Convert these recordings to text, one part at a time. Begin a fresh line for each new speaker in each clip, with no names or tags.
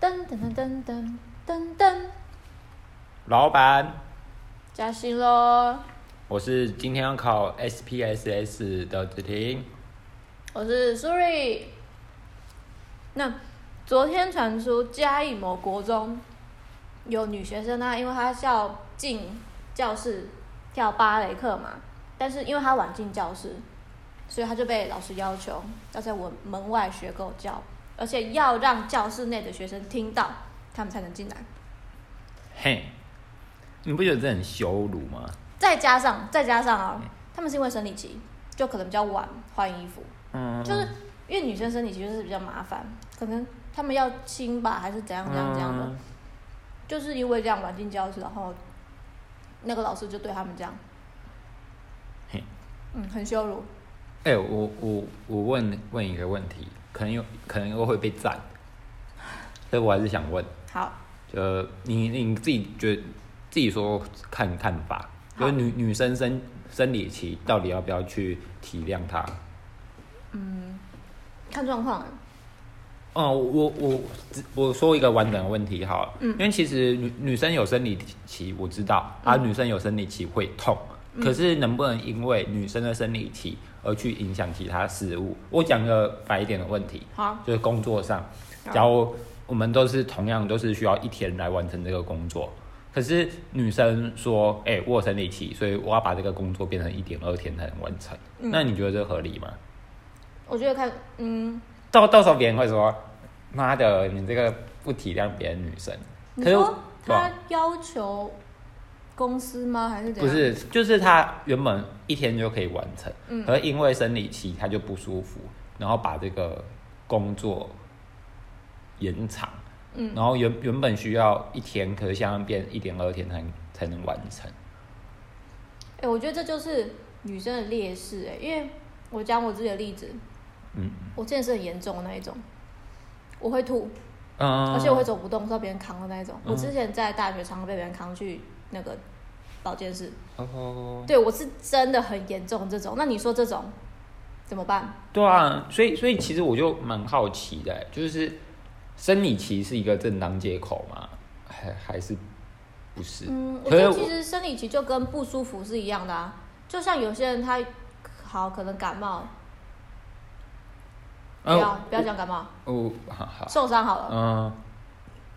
噔噔噔噔噔噔噔，
老板，
加薪喽！
我是今天要考 SPSS 的子婷。
我是苏瑞。那昨天传出嘉义某国中有女学生啊她因为她要进教室跳芭蕾课嘛，但是因为她晚进教室，所以她就被老师要求要在我门外学狗叫，而且要让教室内的学生听到，他们才能进来。
嘿，你不觉得这很羞辱吗？
再加上再加上啊，他们是因为生理期，就可能比较晚换衣服，
嗯，
就是因为女生生理期就是比较麻烦，可能他们要亲吧，还是怎样怎样怎样的，
嗯
就是因为这样晚进教室，然后那个老师就对他们这样，
嘿，
嗯，很羞辱。
哎、我我我问问一个问题，可能有可能又会被赞，所以我还是想问，
好，
就你你自己觉得自己说看看法，
好
就是女女生生生理期到底要不要去体谅她？
看状况啊，
嗯，我我只我说一个完整的问题好了，嗯，因为其实女女生有生理期我知道，
嗯
啊，女生有生理期会痛，可是能不能因为女生的生理期而去影响其他事物？我讲个白一点的问题，
好，
就是工作上，
好
假如我们都是同样都是需要一天来完成这个工作，可是女生说，哎、我有生理期，所以我要把这个工作变成一点二天才能完成，
嗯
那你觉得这合理吗？
我觉得看，嗯，
到到时候别人会说，妈的，你这个不体谅别人女生。
你
可是
说
对
他
啊
要求公司吗？还是怎
不
样？，
是，就是她原本一天就可以完成，
嗯
而因为生理期她就不舒服，然后把这个工作延长，
嗯
然后原原本需要一天，可是现在变一点二天才才能完成。
哎、我觉得这就是女生的劣势哎、因为我讲我自己的例子，
嗯
我真的是很严重的那一种，我会吐，
嗯，
而且我会走不动，是要别人扛的那一种。
嗯
我之前在大学常常被别人扛去那个保健室，
哦，
对我是真的很严重这种。那你说这种怎么办？
对啊，所以所以其实我就蛮好奇的，就是生理期是一个正当借口吗？还还是不是？
嗯，我
可
觉
是
得其实生理期就跟不舒服是一样的啊，就像有些人他好可能感冒，不要、
呃
不要讲感冒，
哦，好好，
受伤好了，
嗯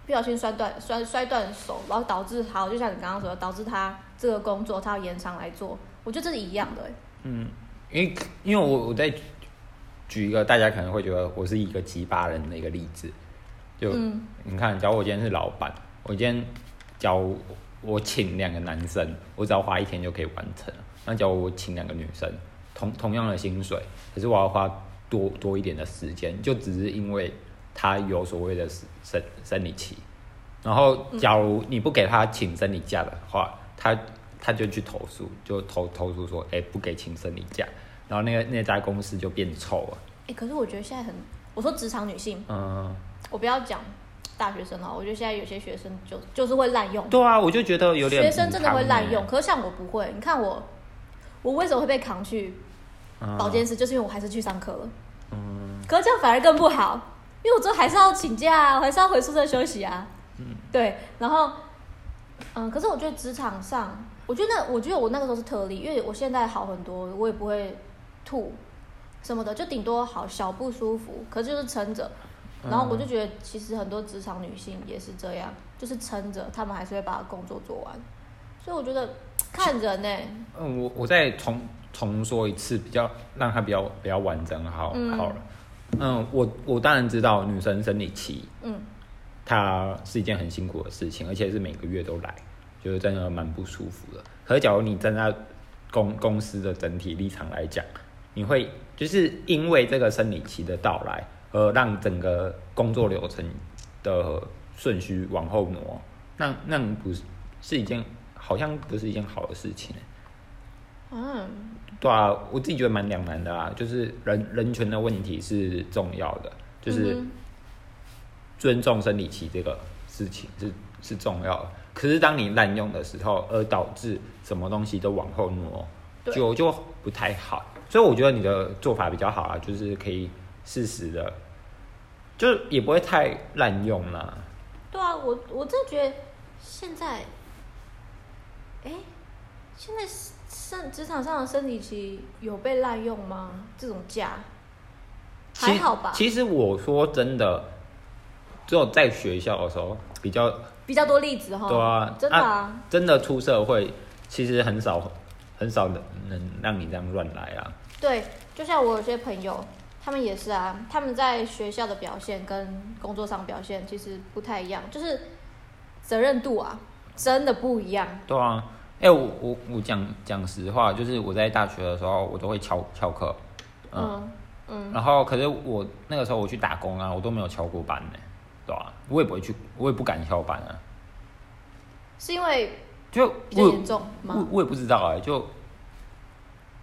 不小心摔断摔摔断手，然后导致好，就像你刚刚说的，导致他这个工作他要延长来做，我觉得这是一样的、欸。
嗯，因为因为我我再举举一个大家可能会觉得我是一个鸡巴人的一个例子，就、
嗯
你看，假如我今天是老板，我今天假如我请两个男生，我只要花一天就可以完成了，那假如我请两个女生，同同样的薪水，可是我要花多多一点的时间，就只是因为他有所谓的生生理期，然后，
嗯
假如你不给他请生理假的话，他他就去投诉，就投投诉说，哎、不给请生理假，然后那个那家公司就变臭了。
哎、可是我觉得现在很，我说职场女性，
嗯，
我不要讲大学生了，我觉得现在有些学生就就是会滥用，
对啊，我就觉得有点
学生真的会滥用。
母
可是像我不会，你看我，我为什么会被扛去
汤欸。
保
嗯
健室，就是因为我还是去上课了。可是这样反而更不好，因为我之后还是要请假啊，我还是要回宿舍休息啊。
嗯
对，然后，嗯，可是我觉得职场上，我觉得那我觉得我那个时候是特例，因为我现在好很多，我也不会吐什么的，就顶多好小不舒服，可是就是撑着。
嗯
然后我就觉得，其实很多职场女性也是这样，就是撑着，她们还是会把工作做完。所以我觉得看人呢、欸
嗯，我我再重重说一次，比较让它比较比较完整好、
嗯
好了。嗯，我我当然知道女生生理期
嗯
它是一件很辛苦的事情，而且是每个月都来，就是真的蛮不舒服的。可是假如你站在公公司的整体立场来讲，你会就是因为这个生理期的到来，而让整个工作流程的顺序往后挪，那那不是是一件好像不是一件好的事情欸、
嗯。
对啊，我自己觉得蛮两难的啊，就是人人权的问题是重要的，就是
嗯
尊重生理期这个事情是是重要的。可是当你滥用的时候，而导致什么东西都往后挪，
对
就就不太好。所以我觉得你的做法比较好啊，就是可以适时的，就是也不会太滥用啦、
哼啊我我真的觉得现在，哎、现在生职场上的生理期有被滥用吗？这种假还
其
好吧，
其实我说真的，只有在学校的时候比较
比较多例子哈。
对啊，
哦真的啊，
真的出社会其实很少很少能能让你这样乱来啊。
对，就像我有些朋友，他们也是啊，他们在学校的表现跟工作上表现其实不太一样，就是责任度啊，真的不一样。
对啊，哎、我我我讲讲实话，就是我在大学的时候，我都会翘翘课，嗯，
嗯嗯，
然后可是我那个时候我去打工啊，我都没有翘过班呢、对啊，我也不会去，我也不敢翘班啊，
是因为
就
比较
我
严重
我
吗？
我也不知道哎、就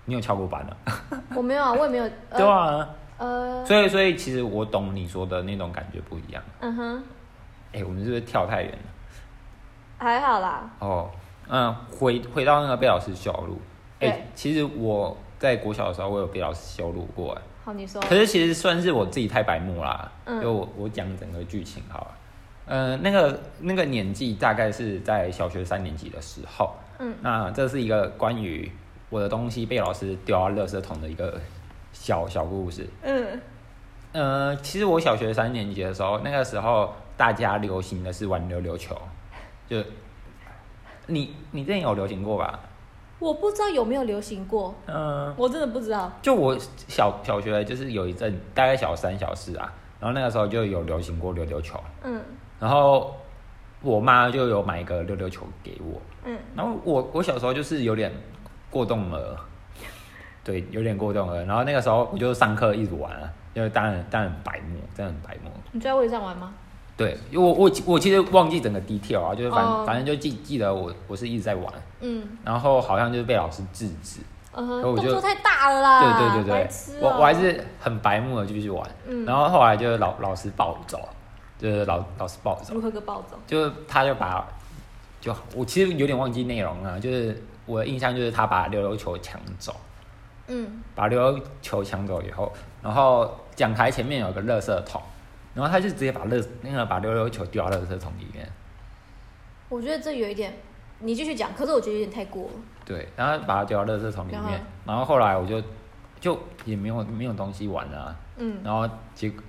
你有翘过班啊？
我没有啊，我也没有。呃
对啊，
呃，
所以所以其实我懂你说的那种感觉不一样。
嗯哼，
哎、我们是不是跳太远了？
还好啦。
哦，嗯，回回到那个被老师羞辱，哎、
对
其实我在国小的时候，我有被老师羞辱过、哎。
好，你说。
可是其实算是我自己太白目啦。
哦嗯
就我我讲整个剧情好了。呃，那个那个年纪大概是在小学三年级的时候。
嗯。
那这是一个关于我的东西被老师丢到垃圾桶的一个小小故事。
嗯
呃，其实我小学三年级的时候，那个时候大家流行的是玩溜溜球，就你你之前有流行过吧？，
我不知道有没有流行过，
嗯、
我真的不知道。
就我小小学就是有一阵，大概小三小四啊，然后那个时候就有流行过溜溜球，
嗯
然后我妈就有买一个溜溜球给我，
嗯，
然后我我小时候就是有点过动了，对，有点过动了，然后那个时候我就上课一直玩啊，因为当然当然很白目，真的很白目，
你就在位置上玩吗？
对，因为我我我其实忘记整个 detail 啊，就是反、
哦
反正就记记得我我是一直在玩，
嗯
然后好像就是被老师制止，
嗯哼，
哦我
动
就
作太大了啦，
对对对
白
对
痴，
我
哦
我还是很白目的继续玩，
嗯
然后后来就是老老师暴走，就是老老师暴走
如，何个暴走？
就是他就把就我其实有点忘记内容了，就是我的印象就是他把溜溜球抢走，
嗯
把溜溜球抢走以后，然后讲台前面有个垃圾桶，然后他就直接把乐那个把溜溜球丢到垃圾桶里面，
我觉得这有一点，你继续讲。可是我觉得有点太过了。
对，然后把它丢到垃圾桶里
然后
面，然后后来我就就也没有没有东西玩了啊、
嗯
然后结果，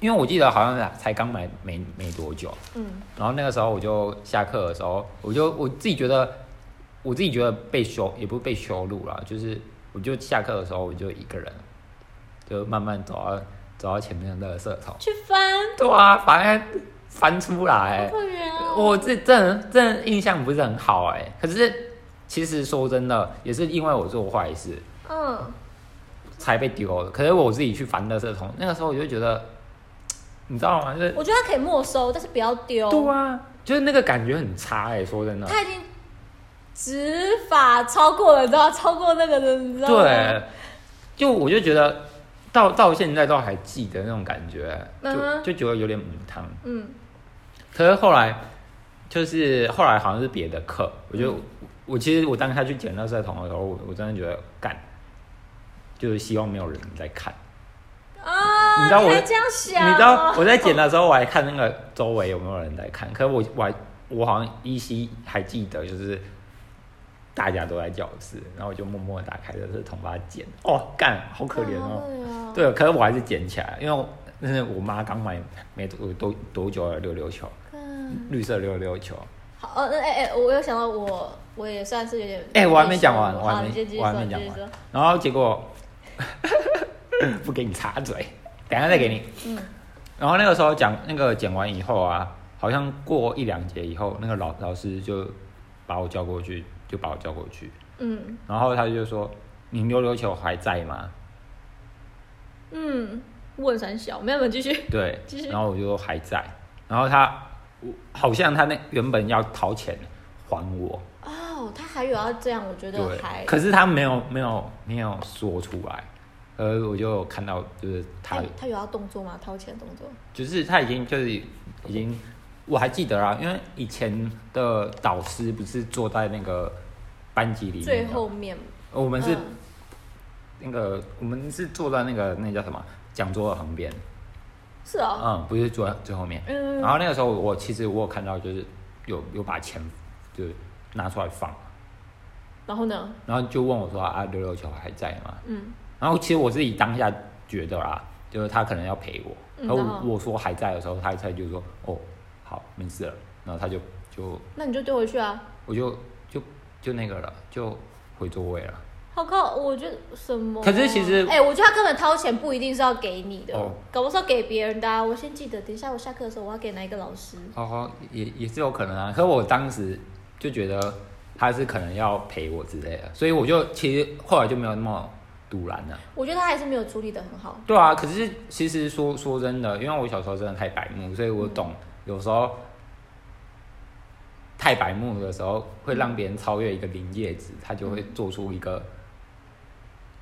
因为我记得好像才刚买没没多久，
嗯
然后那个时候我就下课的时候，我就我自己觉得，我自己觉得被羞，也不是被羞辱啦，就是我就下课的时候我就一个人，就慢慢走到走到前面的垃圾桶，
去翻，
对啊，反正翻出
好
来、
可怜啊！
哎我这这这印象不是很好哎、可是其实说真的，也是因为我做坏事，
嗯，
才被丢了。可是我自己去翻垃圾桶，那个时候我就觉得，嗯你知道吗？就是
我觉得它可以没收，但是不要丢。
对啊，就是那个感觉很差哎、说 真的。
它已经执法超过了，你知道，超过那个的，你知道吗？
对，啊就我就觉得到到现在都还记得那种感觉，
嗯哼
就就觉得有点母汤。
嗯
可是后来就是后来好像是别的课，我就、我其实我当下去捡垃圾桶的时候，我我真的觉得干，就是希望没有人在看。
啊，
你知道我
还这样想哦？
你知道我在剪的时候，我还看那个周围有没有人在看，可我我还我好像依稀还记得，就是大家都在教室，然后我就默默地打开垃圾桶把它捡。哦，干，好可怜
啊
哦
好。可怜哦。
对，可是我还是捡起来，因为我那是我妈刚买没多多多久的溜溜球，
干
绿色溜溜球。
好，呃，那哎哎，我有想到我，我也算是有点。
哎、我还没讲完，
好
我还
你先继
没
续
我
说
还没
你
讲
继续
完
说。
然后结果 不给你插嘴，等一下再给你。
嗯
然后那个时候讲那个剪完以后啊，好像过一两节以后，那个老老师就把我叫过去，就把我叫过去，
嗯
然后他就说：“你溜溜球还在吗
嗯，问三小，没有没有继续。？”
对
继续，
然后我就说还在。然后他，我好像他那原本要掏钱还我，
哦，他还有要这样，我觉得
对
还，
可是他没有没有没有说出来，呃，我就有看到就是他
他他有要动作吗？掏钱的动作？
就是他已经就是已经，我还记得啊，因为以前的导师不是坐在那个班级里面的，哦
最后面，
我们是
嗯
那个、我们是坐在那个那叫什么讲桌的旁边，
是哦，
嗯，不是最最后面。
嗯
然后那个时候我我其实我有看到，就是有有把钱就是拿出来放，
然后呢？
然后就问我说啊，六六球还在吗？
嗯，
然后其实我自己当下觉得啦，就是他可能要陪我。
嗯
然后
然后
我我说还在的时候，他他就说哦，好，没事了。然后他就就
那你就丢回去啊。
我就就就那个了，就回座位了。
好靠，我觉得什么啊？
可是其实
哎、我觉得他根本掏钱不一定是要给你的，
哦
搞不好是要给别人的、啊。我先记得，等一下我下课的时候我要给哪一个老师。
哦，好也也是有可能啊。可我当时就觉得他是可能要陪我之类的，所以我就其实后来就没有那么堵然啊了。
我觉得他还是没有处理的很好。
对啊，可是其实说说真的，因为我小时候真的太白目，所以我懂有时候太白目的时候会让别人超越一个临界值，他就会做出一个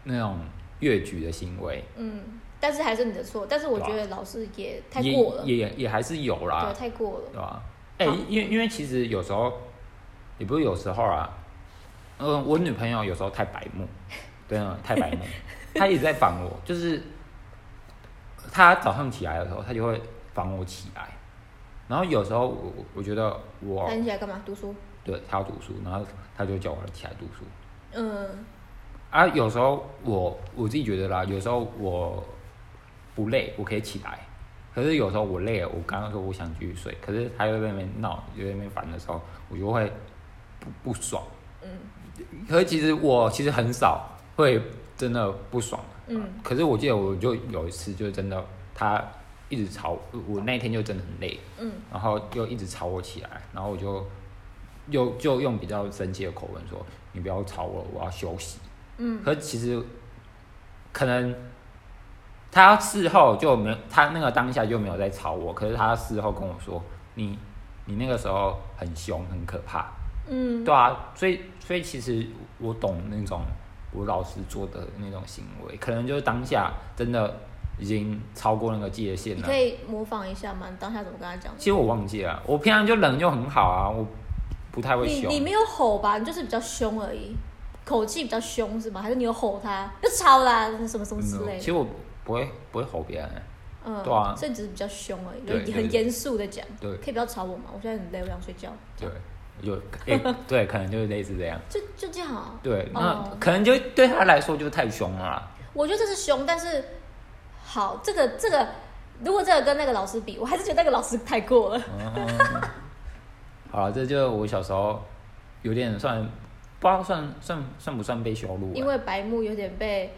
那种越矩的行为，
嗯，但是还是你的错。但是我觉得老师也太
啊也啊
过了，
也也还是有啦。
对，太过了。
对吧？哎、因为因为其实有时候也不是有时候啊，嗯、我女朋友有时候太白目，对啊，太白目，她一直在烦我，就是她早上起来的时候，她就会烦我起来，然后有时候我我我觉得我
那你起来干嘛？读书。
对她要读书，然后她就叫我起来读书
嗯，
啊，有时候我我自己觉得啦，有时候我不累，我可以起来。可是有时候我累了，我刚刚说我想继续睡，可是他又在那边闹，又在那边烦的时候，我就会不不爽。嗯。可是其实我其实很少会真的不爽。
嗯。
可是我记得我就有一次就真的他一直吵我我那天就真的很累。
嗯。
然后又一直吵我起来，然后我就又就用比较生气的口吻说：“你不要吵我，我要休息。”
嗯。
可是其实可能他事后就没有，他那个当下就没有在吵我，可是他事后跟我说，你你那个时候很凶，很可怕，
嗯，
对啊，所以所以其实我懂那种我老师做的那种行为，可能就是当下真的已经超过那个界限
你
了
可。以模仿一下吗？你当下怎么跟他讲？
其实我忘记了，我平常就人就很好啊，我不太会
你
凶。
你没有吼吧？你就是比较凶而已，口气比较凶是吗？还是你有吼他？就吵啦，什么什么之类
其
的。
实我不会不会吼别人、
嗯，
哦对啊
所以你只是比较凶而已，
对
就
对
很严肃的讲。
对
可以不要吵我吗？我现在很累，我想睡觉。
对，就、 欸、对，可能就是类似这样。
就就这样啊。
对，那
哦
可能就对他来说就是太凶了啦。
我觉得这是凶，但是好，这个这个，如果这个跟那个老师比，我还是觉得那个老师太过了。
哦好了，这就是我小时候有点算，不知道算算算不算被羞辱、啊？
因为白目有点被，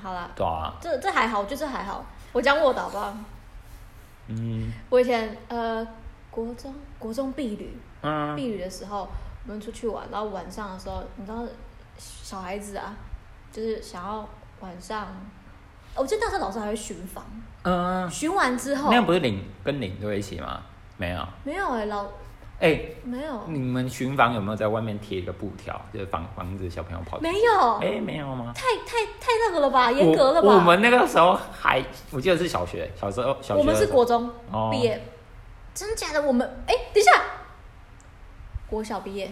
好啦，
对啊，
这这还好，就是还好。我讲我的好不好？
嗯
我以前呃，国中国中避旅，
嗯，
避旅的时候，我们出去玩，然后晚上的时候，你知道小孩子啊，就是想要晚上，我记得那时候老师还会巡房，
嗯，
巡完之后
那个不是领跟领队一起吗？没有，
没有哎、老
哎、
没有
你们巡房有没有在外面贴一个布条，就是防防止小朋友跑？
没有，
哎、没有吗？
太太太那个了吧，严格了吧？
我我们那个时候还，我记得是小学，小时候小学
我们是国中
哦
毕业，真假的？我们哎、等一下，国小毕业，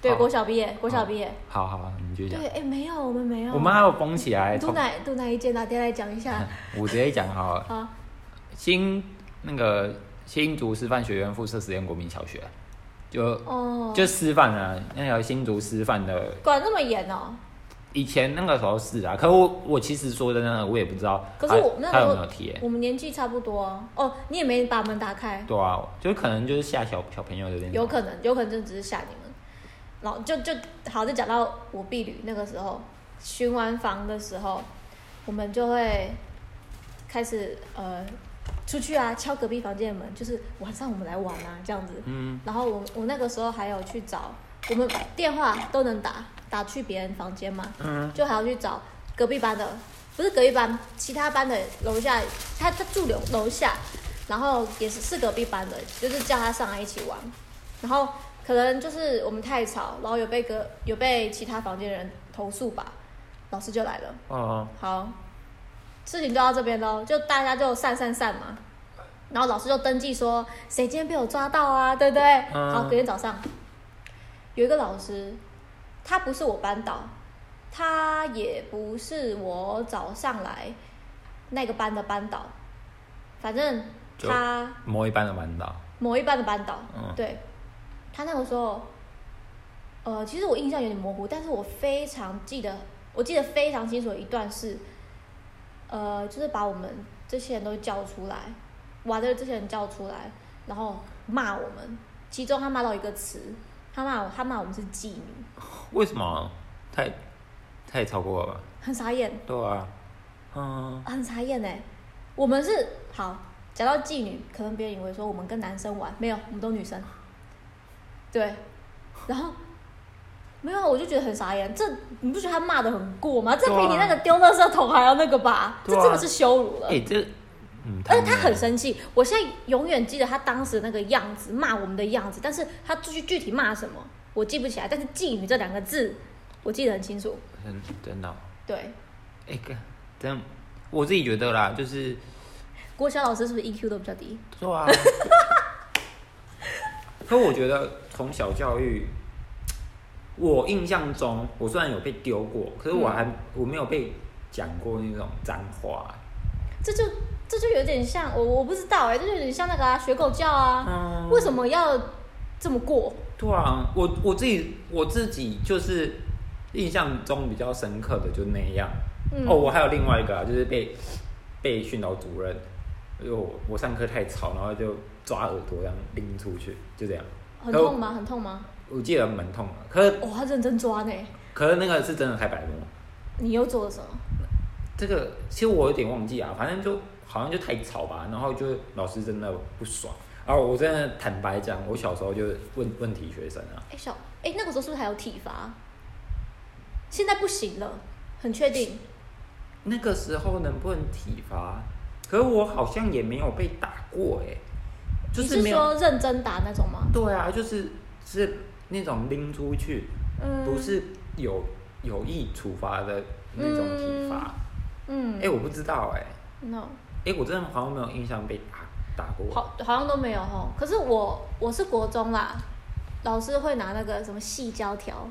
对，
好
国小毕
哦
业，国小毕业，
好好，好你继续讲
对，。哎、没有，我们没有，
我们还有封起来，
读哪读哪一届？哪天来讲一下
我直接讲好了。
啊？
新那个新竹师范学院附设实验国民小学，就、
哦，
就师范啊，那条新竹师范的，
管那么严哦、
以前那个时候是啊，可我我其实说真的，我也不知道
可
他，
是我那
他
时
有
候
没有贴，
我们年纪差不多啊、哦，你也没把门打开，
对啊，就可能就是吓小小朋友的那种，
有可能，有可能真的只是吓你们。然后就就好，就讲到我婢女那个时候，巡完房的时候，我们就会开始呃出去啊，敲隔壁房间的门，就是晚上我们来玩啊这样子。
嗯，
然后我我那个时候还有去找，我们电话都能打，打去别人房间嘛，
嗯，
就还要去找隔壁班的，不是隔壁班，其他班的楼下，他他住楼楼下，然后也是是隔壁班的，就是叫他上来一起玩，然后可能就是我们太吵，然后有被隔有被其他房间的人投诉吧，老师就来了，
哦、
好，事情就到这边喽，就大家就散散散嘛。然后老师就登记说谁今天被我抓到啊，对不对？
嗯
好，隔天早上有一个老师，他不是我班导，他也不是我早上来那个班的班导，反正
就
他
摸一般的班导，
某一班的班导，
嗯
对，他那个时候，呃，其实我印象有点模糊，但是我非常记得，我记得非常清楚的一段是，呃，就是把我们这些人都叫出来，玩的这些人叫出来，然后骂我们，其中他骂到一个词，他骂我，他骂我们是妓女，
为什么？太太超过了吧？
很傻眼，
对啊，嗯，
很傻眼哎，我们是好讲到妓女，可能别人以为说我们跟男生玩，没有，我们都女生。对，然后没有啊，我就觉得很傻眼。这你不觉得他骂的很过吗？这
对啊
比你那个丢垃圾桶还要那个吧？这
对啊
真的是羞辱了。
哎、这，嗯，
而且他
没有
很生气，我现在永远记得他当时那个样子，骂我们的样子，但是他具具体骂什么我记不起来，但是“妓女”这两个字我记得很清楚。
真真的哦、
对，
哎、干这样我自己觉得啦，就是
郭晓老师是不是 EQ 都比较低？
对啊。可我觉得从小教育，我印象中，我虽然有被丢过，可是我还、我没有被讲过那种脏话。
这就这就有点像我我不知道哎、这就有点像那个、啊、学狗叫啊，
嗯，
为什么要这么过？
对啊，我我自己我自己就是印象中比较深刻的就那样。
嗯
哦，我还有另外一个啊，就是被被训导主任，因为我我上课太吵，然后就抓耳朵这样拎出去，就这样。
很痛
哦
吗？很痛吗？
我记得蛮痛的，可是
哦，他认真抓呢、
可是那个是真的太白目了。
你又做了什么？
这个其实我有点忘记啊，反正就好像就太吵吧，然后就老师真的不爽。然后我真的坦白讲，我小时候就是问问题学生啊，
哎、小哎、那个时候是不是还有体罚？现在不行了，很确定。
那个时候能不能体罚？可是我好像也没有被打过哎、就
你
没
是
有。
说认真打那种吗？
对啊，就是是那种拎出去，
嗯，
不，是有有意处罚的那种体罚。
嗯，
哎、我不知道哎、
no，
哎、我真的好像没有印象被打打过。
好，好像都没有哦。可是我我是国中啦，老师会拿那个什么细胶条，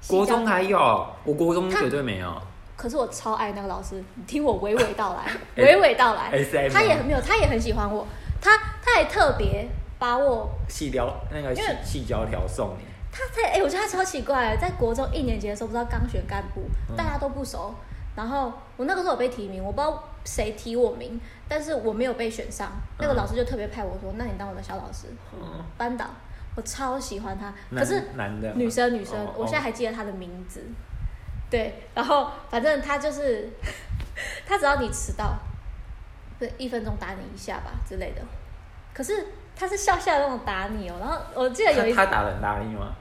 细
哦国
胶
中
条
还有，我国中
他
绝对没有。
可是我超爱那个老师，你听我娓娓道来，
哎啊
娓娓道来。
SM
他也很没有，他也很喜欢我，他他还特别把我，
细条那个细
因为
细胶条送你，
他在哎、我觉得他超奇怪的，在国中一年级的时候，不知道刚选干部，
嗯
大家都不熟。然后我那个时候有被提名，我不知道谁提我名，但是我没有被选上。那个老师就特别派我说：“那你当我的小老师，
嗯，
班导。”我超喜欢他，可
男
是
男的吗
女生女生
哦，
我现在还记得她的名字。对，然后反正她就是， 她只要你迟到，不是一分钟打你一下吧之类的。可是她是笑笑的那种打你哦，然后我记得有一
他他打得很大力吗？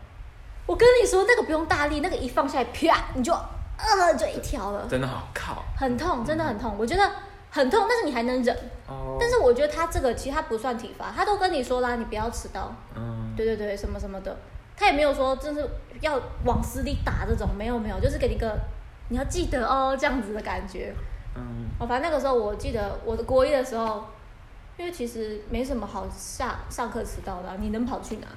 我跟你说那个不用大力，那个一放下来啪你就呃就一条了，
真的好靠
很痛，真的很痛，我觉得很痛，但是你还能忍。
哦，
但是我觉得他这个其实他不算体罚，他都跟你说啦，你不要迟到，
嗯，
对对对，什么什么的，他也没有说就是要往死里打这种，没有没有，就是给你一个你要记得哦这样子的感觉。
嗯
哦，反正那个时候我记得我的国一的时候，因为其实没什么好下上课迟到的啊、你能跑去哪？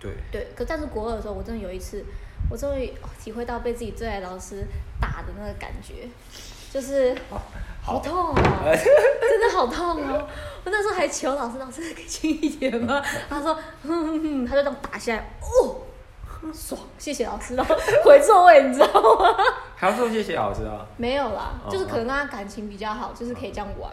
对，
对，可但是国二的时候，我真的有一次，我终于哦体会到被自己最爱的老师打的那个感觉，就是好
好
痛哦， 真的好痛哦！我那时候还求老师，老师可以轻一点吗？他说，嗯，他就这样打下来，哦，爽，谢谢老师，然后回座位，你知道吗？
还要说谢谢老师啊，
没有啦，
哦
就是可能跟他感情比较好，就是可以这样玩。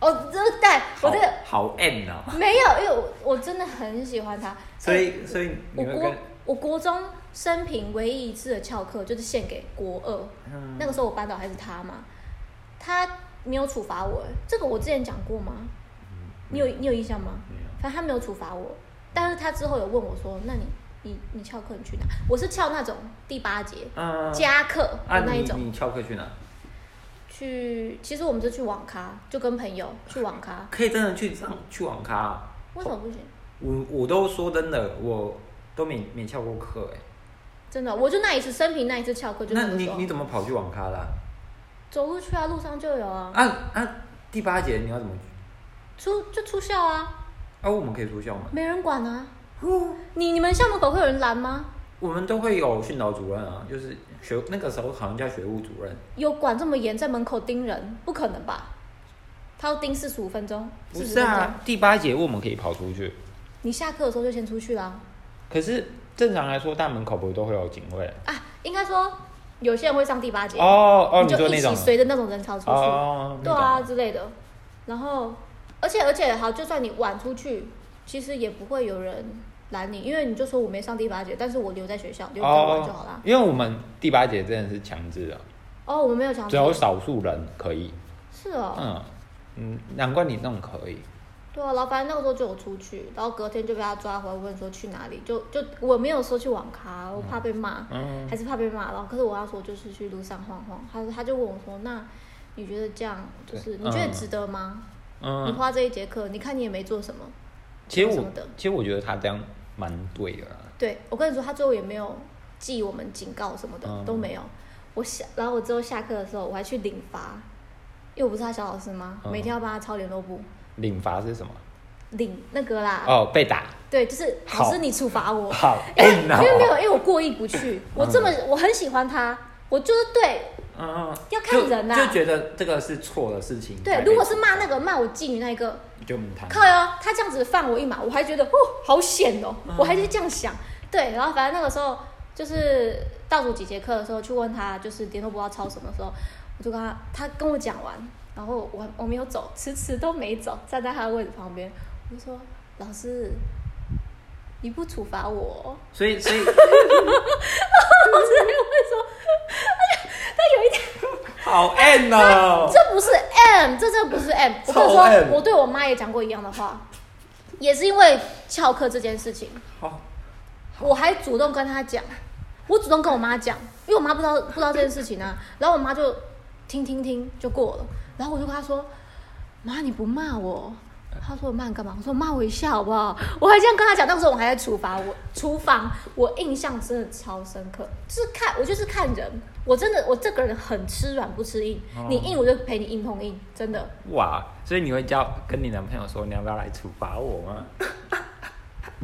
哦，真的，但我这个
好好 M 啊，
没有，因为我我真的很喜欢他，
所以所以
哎我
你会
国
跟
我国中生平唯一一次的翘课，就是献给国二。
嗯
那个时候我班导还是他嘛，他没有处罚我，欸这个我之前讲过吗？
嗯
你有你有印象吗？
没有
反正他没有处罚我，但是他之后有问我说：“那你你你翘课你去哪？”我是翘那种第八节
嗯
加课的
啊
那一
你
种，
你翘课去哪？
去其实我们就去网咖，就跟朋友去网咖，
可以真的去上去网咖啊？
为什么不行？
我我都说真的，我都没没翘过课哎，
真的，我就那一次生平那一次翘课，就
那
个
你
时候
你怎么跑去网咖啊啦？
走路去啊，路上就有啊，
啊啊，第八节你要怎么去？
出就出校啊，
啊，我们可以出校吗？
没人管啊。
哦
你你们校门口会有人拦吗？
我们都会有训导主任啊，就是学那个时候好像叫学务主任，
有管这么严，在门口盯人，不可能吧？他要盯四十五分钟，
不
40
是
分钟
啊，第八节我们可以跑出去，
你下课的时候就先出去啦。
可是正常来说，大门口不都会有警卫？
啊，应该说有些人会上第八节，
哦哦，你
就
说
一
那
起
种
随着那种人潮出去，
哦，
对
那种
啊，之类的。然后，而且而且好，就算你晚出去，其实也不会有人拦你，因为你就说我没上第八节，但是我留在学校，留比较晚就好啦
哦。，因为我们第八节真的是强制的，
哦，我们没有强
只
制，
有少数人可以。
是哦，
嗯嗯，难怪你那种可以。
对啊，然后反正那个时候就有出去，然后隔天就被他抓回来，问说去哪里，就就我没有说去网咖，我怕被骂。
嗯，
还是怕被骂，然后可是我要说就是去路上晃晃，他他就问我说，那你觉得这样就是
对
你觉得
嗯
值得吗？你
嗯，
花这一节课，你看你也没做什么。
其实
什
我
么的
其实我觉得他这样蛮对的啦。啊
对我跟你说，他最后也没有记我们警告什么的、
嗯
都没有。我下，然后我之后下课的时候，我还去领罚，因为我不是他小老师吗？
嗯
每天要帮他抄联络簿，
领罚是什么？
领那个啦。
哦，被打。
对，就是老
好
师你处罚我，
好
因为、
硬
因
哦
哎为没有，因为我过意不去，我这么我很喜欢他，我就是对
嗯，
要看人啦
就就觉得这个是错的事情。
对，如果是骂那个骂我妓女那一个，
就母谈。
靠哟，他这样子放我一马，我还觉得哦，好险哦，我还是这样想。对，然后反正那个时候就是倒数几节课的时候，去问他就是联络簿要抄什么时候，我就跟他，他跟我讲完，然后我我没有走，迟迟都没走，站在他的位置旁边，我就说老师，你不处罚我哦，
所以所以
老师还会说，他有一点。
好 N 哦。
这不是 M，这真的不是 M。我跟你
臭
说，
M
我对我妈也讲过一样的话，也是因为翘课这件事情，
好，
我还主动跟她讲，我主动跟我妈讲，因为我妈不知道不知道这件事情啊，然后我妈就听听听就过了，然后我就跟她说，妈你不骂我。她说我骂你干嘛？我说骂我一下好不好？我还这样跟她讲，那时候我还在厨房，我厨房我印象真的超深刻，就是看我就是看人，我真的我这个人很吃软不吃硬，
哦
你硬我就陪你硬碰硬，真的。
哇，所以你会叫跟你男朋友说你要不要来处罚我吗？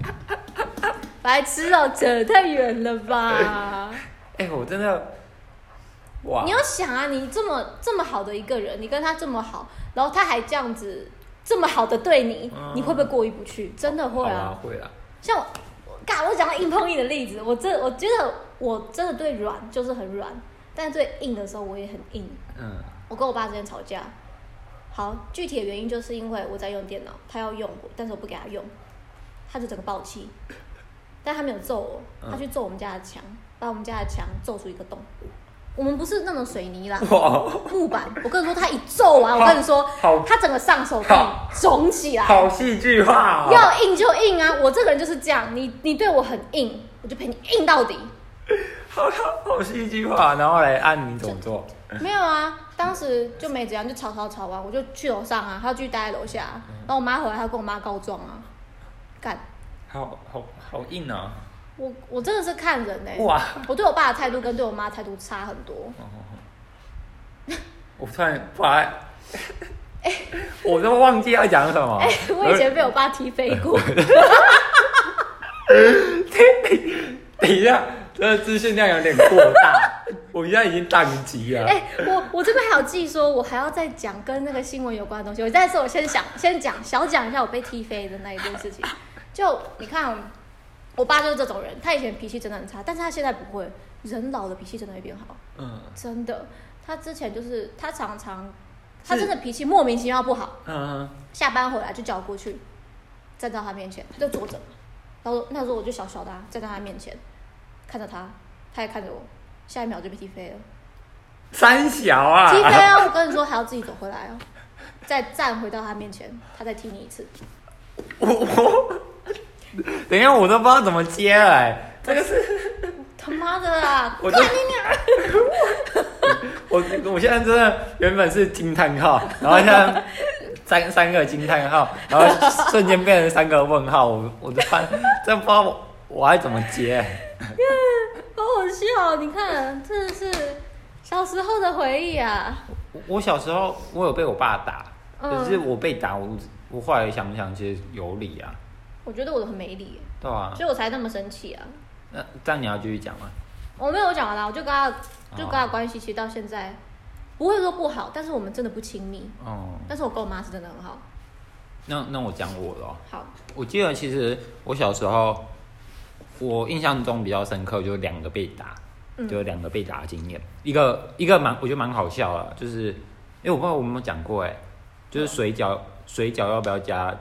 白痴哦、扯太远了吧？
哎、我真的，哇
你，要想啊，你这么这么好的一个人，你跟他这么好，然后他还这样子这么好的对你，
嗯
你会不会过意不去？真的会
好
啊
啦，。会啦。
像我，嘎，我讲到硬碰硬的例子，我真我觉得我真的对软就是很软，但是对硬的时候我也很硬。
嗯，
我跟我爸之间吵架，好，具体的原因就是因为我在用电脑，他要用我，但是我不给他用，他就整个暴气，但他没有揍我，
嗯
他去揍我们家的墙，把我们家的墙揍出一个洞。我们不是那种水泥啦，
哇，
木板。我跟你说，他一揍完，我跟你说
好，
他整个上手臂
好
肿起来，
好戏剧化、哦。
要硬就硬啊！我这个人就是这样，你你对我很硬，我就陪你硬到底。
好好好戏剧化，然后来按你怎么做？
没有啊，当时就没怎样，就吵吵吵完，我就去楼上啊，他就继续待在楼下、
嗯
然后我妈回来，她跟我妈告状啊，干，
好好好硬啊！
我我真的是看人哎、
哇，哦
我对我爸的态度跟对我妈的态度差很多，
我突然把，我都忘记要讲什么。
哎、我以前被我爸踢飞 过，
等一下，这资讯量有点过大， 我现在已经宕机 了。
哎、我我这边还有记说，我还要再讲跟那个新闻有关的东西。我但是我先想先讲小讲一下我被踢飞的那一件事情。就你看，我爸就是这种人，他以前脾气真的很差，但是他现在不会，人老了脾气真的会变好。
嗯
真的，他之前就是他常常，
是
他真的脾气莫名其妙不好，
嗯，
下班回来就叫我过去，站到他面前，他就坐着，然后那时候我就小小的、啊、站在他面前，看着他，他也看着我，下一秒就被踢飞了，
三小啊，
踢飞啊！我跟你说，还要自己走回来哦，再站回到他面前，他再踢你一次，
我我，等一下我都不知道怎么接了、哎这个是
他妈的啊！
我就我我现在真的原本是惊叹号，然后 现在三三个惊叹号，然后瞬间变成三个问号，我我都翻，这不知道我我还怎么接。
好好笑哦，你看，真的是小时候的回忆啊！
我我小时候我有被我爸打，
嗯
可是我被打，我我后来想想其实有理啊，
我觉得我很没理耶，
对吧、
所以我才那么生气啊。
那这样你要继续讲吗？
我没有讲完啦，我就跟他，就跟他
哦
关系，其实到现在不会说不好，但是我们真的不亲密。
哦，
但是我跟我妈是真的很好，
那那我讲我了哦。
好，
我记得其实我小时候，我印象中比较深刻就是两个被打，
嗯
就有两个被打的经验。一个一个蛮我觉得蛮好笑的，就是因为我不知道我们有没有讲过哎、就是水饺水饺要不要加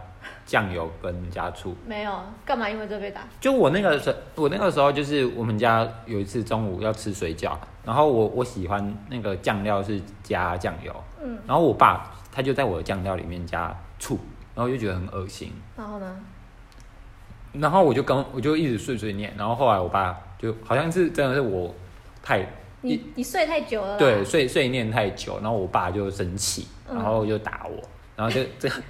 酱油跟加醋？
没有干嘛因为这被打？
就我那个时候，我那个时候就是我们家有一次中午要吃水饺，然后我我喜欢那个酱料是加酱油，
嗯，
然后我爸他就在我的酱料里面加醋，然后我就觉得很恶心，
然后呢？
然后我就跟我就一直碎碎念，然后后来我爸就好像是真的是我太一
你你睡太久了啦。
对碎碎念太久，然后我爸就生气，
嗯
然后就打我，然后就 这可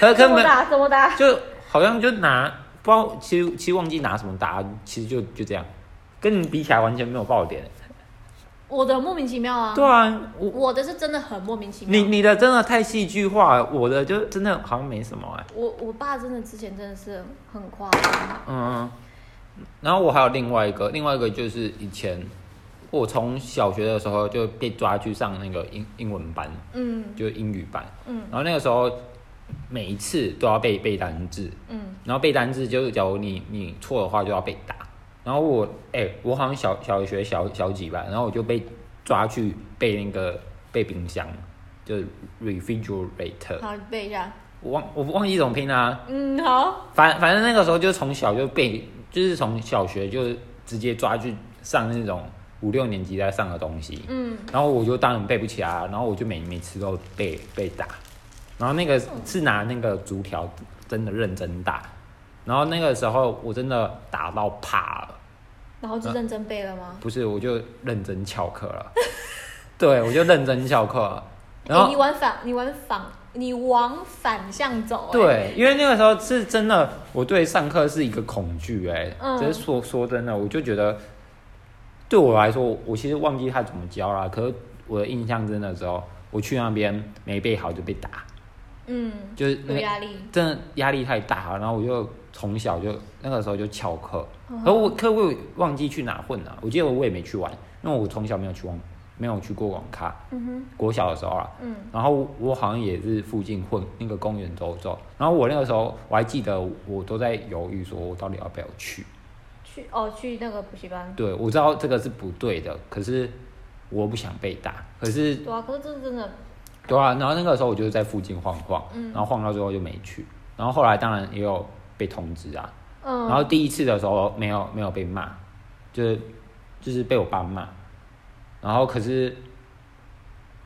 可
怎么
没
打？怎么打？
就好像就拿不知道，其实其实忘记拿什么打，其实就就这样，跟你比起来完全没有爆点。
我的莫名其妙啊。
对啊，我
我的是真的很莫名其妙。
你你的真的太戏剧化了，我的就真的好像没什么哎、
我我爸真的之前真的是很夸张，
嗯，然后我还有另外一个，另外一个就是以前我从小学的时候就被抓去上那个英英文班，
嗯
就是英语班，
嗯
然后那个时候每一次都要背背单字，
嗯，
然后背单字就是，假如你你错的话就要被打。然后我，哎、我好像小小学小小几吧，然后我就被抓去背那个背冰箱，就是 refrigerator，
好背一下，
我忘我忘记怎么拼啦、
嗯好，
反反正那个时候就从小就背，就是从小学就直接抓去上那种五六年级在上的东西，
嗯
然后我就当然背不起来啊，然后我就每每次都被被打，然后那个是拿那个竹条真的认真打，然后那个时候我真的打到怕了，
然后就认真背了吗？
不是我就认真翘 课了，对我就认真翘课了，然
哎
后
你往反，你往反，你往反向走、哎，
对，因为那个时候是真的，我对上课是一个恐惧、哎、
嗯
只是说说真的，我就觉得对我来说，我其实忘记他怎么教啦。可是我的印象真的时候，我去那边没背好就被打，
嗯，
就是那
有
个
压力，
真的压力太大了，然后我就从小就那个时候就翘课，
嗯
可我可我也忘记去哪混了、我记得我也没去玩，因为我从小没有去网，没有去过网咖，
嗯哼，
国小的时候啊，
嗯
然后我好像也是附近混那个公园走走，然后我那个时候我还记得我都在犹豫，说我到底要不要去。
去哦去那个补习班，
对，我知道这个是不对的，可是我不想被打。可是
对啊，可是这真的，
对啊，然后那个时候我就是在附近晃晃，
嗯
然后晃到最后就没去。然后后来当然也有被通知啊，
嗯，
然后第一次的时候没有没有被骂，就是就是被我爸骂，然后可是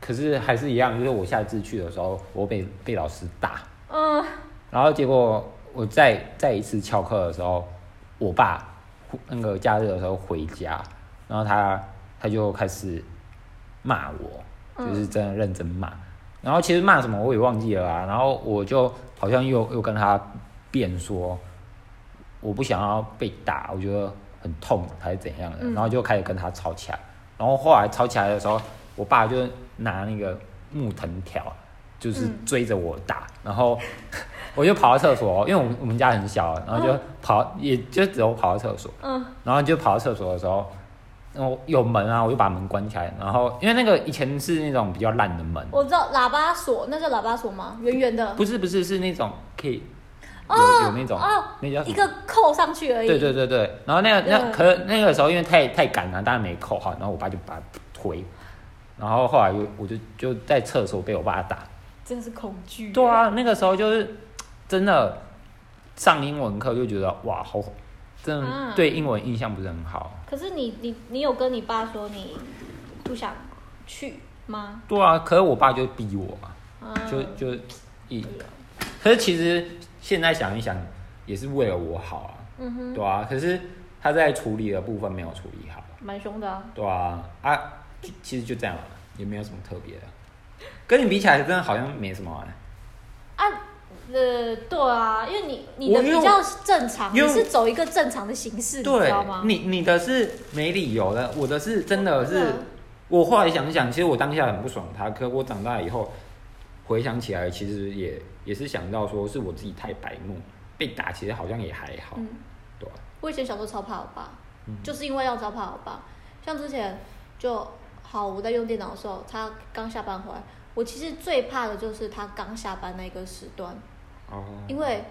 可是还是一样，就是我下次去的时候，我被被老师打，
嗯
然后结果我再再一次翘课的时候，我爸那个假日的时候回家，然后他他就开始骂我，
嗯
就是真的认真骂。然后其实骂什么我也忘记了啊，然后我就好像又又跟他辩说，我不想要被打，我觉得很痛还是怎样的，
嗯
然后就开始跟他吵起来。然后后来吵起来的时候，我爸就拿那个木藤条，就是
嗯
追着我打，然后我就跑到厕所，因为我们我们家很小，啊然后就跑，也就只有跑到厕所，
嗯
然后就跑到厕所的时候，然后有门啊，我就把门关起来，然后因为那个以前是那种比较烂的门，
我知道喇叭锁，那叫喇叭锁吗？圆圆的，
不是不是是那种可以有、有那种、
哦
那叫什
一
么？
个嗯扣上去而已，
嗯对对对对，然后那个那
对
可是那个时候因为太太赶啊了，当然没扣好，然后我爸就把它推，然后后来又我就就在厕所被我爸打，
真的是恐惧，
对，啊，那个时候就是真的上英文课就觉得哇，好，真
啊
的对英文印象不是很好。
可是你你你有跟你爸说你不想去吗？
对啊，可是我爸就逼我啊，
啊，
就就一，可是其实现在想一想，也是为了我好啊，
嗯哼，
对啊，可是他在处理的部分没有处理好，
蛮凶的、啊，
对啊，啊，就其实就这样了，也没有什么特别的，跟你比起来，真的好像没什么、啊。
啊，呃，对啊，因为你你的
我
比
因为我
较正常，你
因为
是走一个正常的形式，你知
对
道吗，？
你你的是没理由的，我的是真的
真
是
的，啊
我后来想想，其实我当下很不爽他，可我长大以后回想起来，其实也也是想到说是我自己太白目，被打其实好像也还好，
嗯，
对吧、嗯
我以前小时候超怕我爸，就是因为要超怕我爸，像之前就好，我在用电脑的时候，他刚下班回来，我其实最怕的就是他刚下班那个时段，
哦，
因为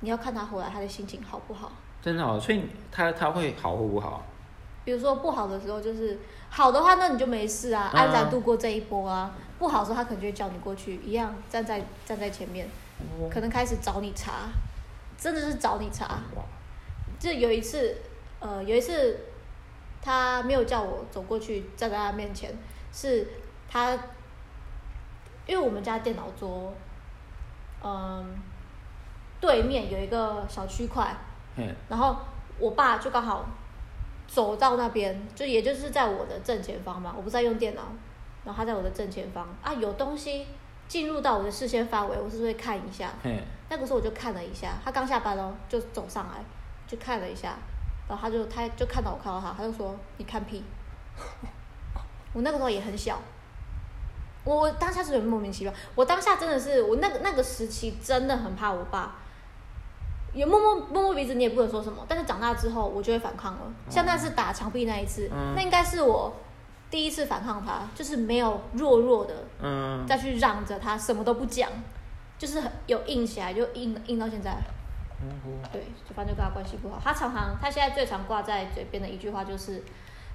你要看他回来他的心情好不好。
真的哦，所以他他会好或不好？
比如说不好的时候，就是好的话，那你就没事啊，
嗯
安然度过这一波啊。不好的时候，他可能就会叫你过去，一样站在站在前面，可能开始找你茬，真的是找你茬。
哇，
就有一次，呃，有一次他没有叫我走过去站在他面前，是他，因为我们家电脑桌，嗯，对面有一个小区块，
嘿，
然后我爸就刚好走到那边，就也就是在我的正前方嘛，我不是在用电脑，然后他在我的正前方啊，有东西进入到我的视线范围，我是不是会看一下？
嘿，
那个时候我就看了一下，他刚下班哦，就走上来，就看了一下，然后他就他就看到我看到他，他就说你看屁。 我那个时候也很小，我我当下是有点莫名其妙，我当下真的是我那个那个时期真的很怕我爸，也摸摸摸摸鼻子，你也不能说什么。但是长大之后，我就会反抗了。像那次打墙壁那一次，
嗯
那应该是我第一次反抗他，就是没有弱弱的，
嗯，
再去让着他，什么都不讲，就是很有硬起来，就硬硬到现在。
嗯
对，就反正就跟他关系不好。他常常，他现在最常挂在嘴边的一句话就是，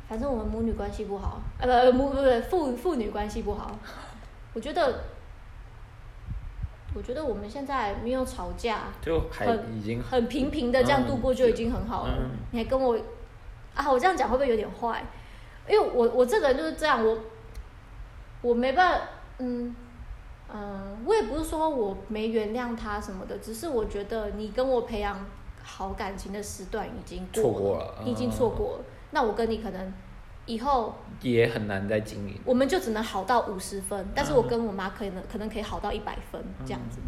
反正我们母女关系不好，呃，不，母不不父父女关系不好。我觉得，我觉得我们现在没有吵架，
就还
很
已经
很平平的这样度过就已经很好了。
嗯
你还跟我啊，我这样讲会不会有点坏？因为我我这个人就是这样，我我没办法，嗯嗯、呃我也不是说我没原谅他什么的，只是我觉得你跟我培养好感情的时段已经过
错过了嗯
你已经错过了。那我跟你可能以后
也很难再经营。
我们就只能好到五十分，但是
嗯
我跟我妈可能可能可以好到一百分这样子。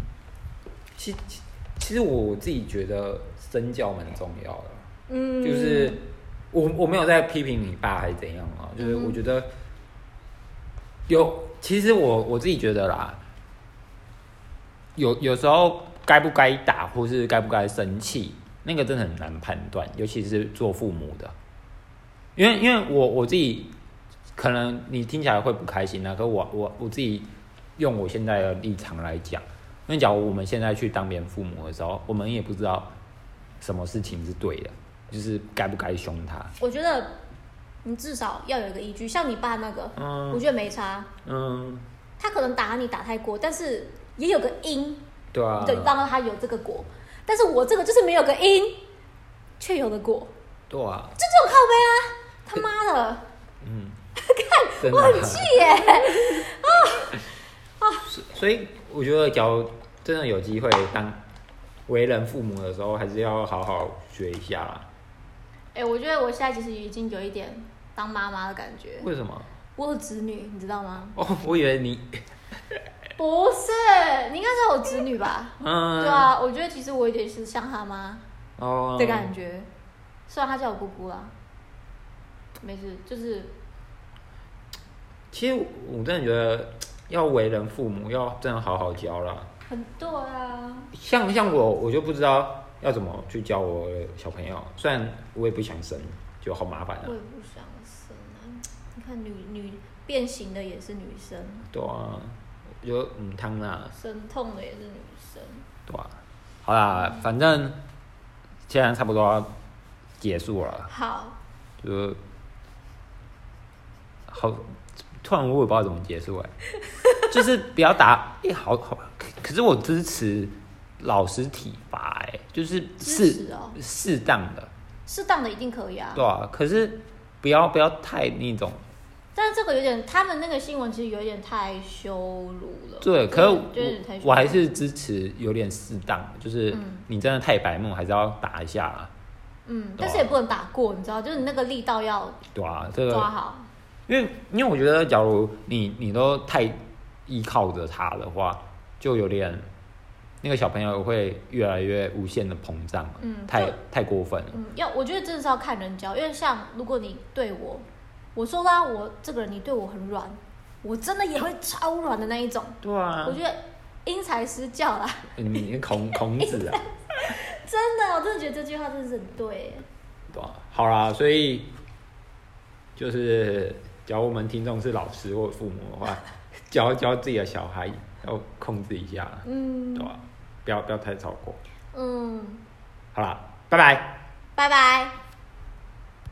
其其其实我自己觉得身教蛮重要的，
嗯，
就是我我没有在批评你爸还是怎样啊，就是
嗯哼
我觉得有，其实我我自己觉得啦，有有时候该不该打或是该不该生气，那个真的很难判断，尤其是做父母的，因为因为我我自己可能你听起来会不开心啊，可我我我自己用我现在的立场来讲，因为假如我们现在去当别人父母的时候，我们也不知道什么事情是对的，就是该不该凶他。
我觉得你至少要有一个依据，像你爸那个，
嗯
我觉得没差。
嗯，
他可能打你打太过，但是也有个因，
对啊，
对，让他有这个果。但是我这个就是没有个因，却有了果，
对啊，
就这种靠背啊！他妈 的，
嗯，真的啊
我很气耶！
所以我觉得，假如真的有机会当为人父母的时候，还是要好好学一下啦。
哎、我觉得我现在其实已经有一点当妈妈的感觉。
为什么？
我有子女，你知道吗？
哦，我以为你，
不是，你应该是有子女吧？
哎嗯，
对，啊，我觉得其实我有点是像他妈。
哦，
的感觉。虽然他叫我姑姑啦，没事，就是
其实我真的觉得，要为人父母，要真的好好教啦。
很对啊。
像像我，我就不知道要怎么去教我的小朋友，虽然我也不想生，就好麻烦啊
我。也不想生啊，你看女女变形的也是女生，
对啊，我就嗯汤啦，
生痛的也是女生。
对啊。好啦，反正现在差不多要结束了，
好，
就是好，突然我也不知道怎么结束哎、就是不要打，哎、好好，可可是我支持老师体罚哎、就是
支
适
持哦，
适当的，
适当的一定可以啊。
对啊，可是不要不要太那种。
但是这个有点，他们那个新闻其实有点太羞辱了。
对，
真的
可是
就有点太羞
我
辱
我还是支持有点适当，就是
嗯
你真的太白目，还是要打一下啊啦，
嗯，但是也不能打过，你知道，就是你那个力道要
啊对啊，这
抓
个，
好。
因为因为我觉得，假如你你都太依靠着他的话，就有点那个小朋友会越来越无限的膨胀了，
嗯
太
就
太过分了，
嗯，要我觉得真的是要看人教，因为像如果你对我，我说啦，我这个人你对我很软，我真的也会超软的那一种。
对啊
我，觉得因材施教啦，
你你孔孔子啊，
真的，我真的觉得这句话真的是很对耶。
对啊，好啦，所以就是假如我们听众是老师或父母的话，教教自己的小孩要控制一下，
嗯
对吧、不要不要太超过。
嗯，
好啦，拜拜。
拜拜。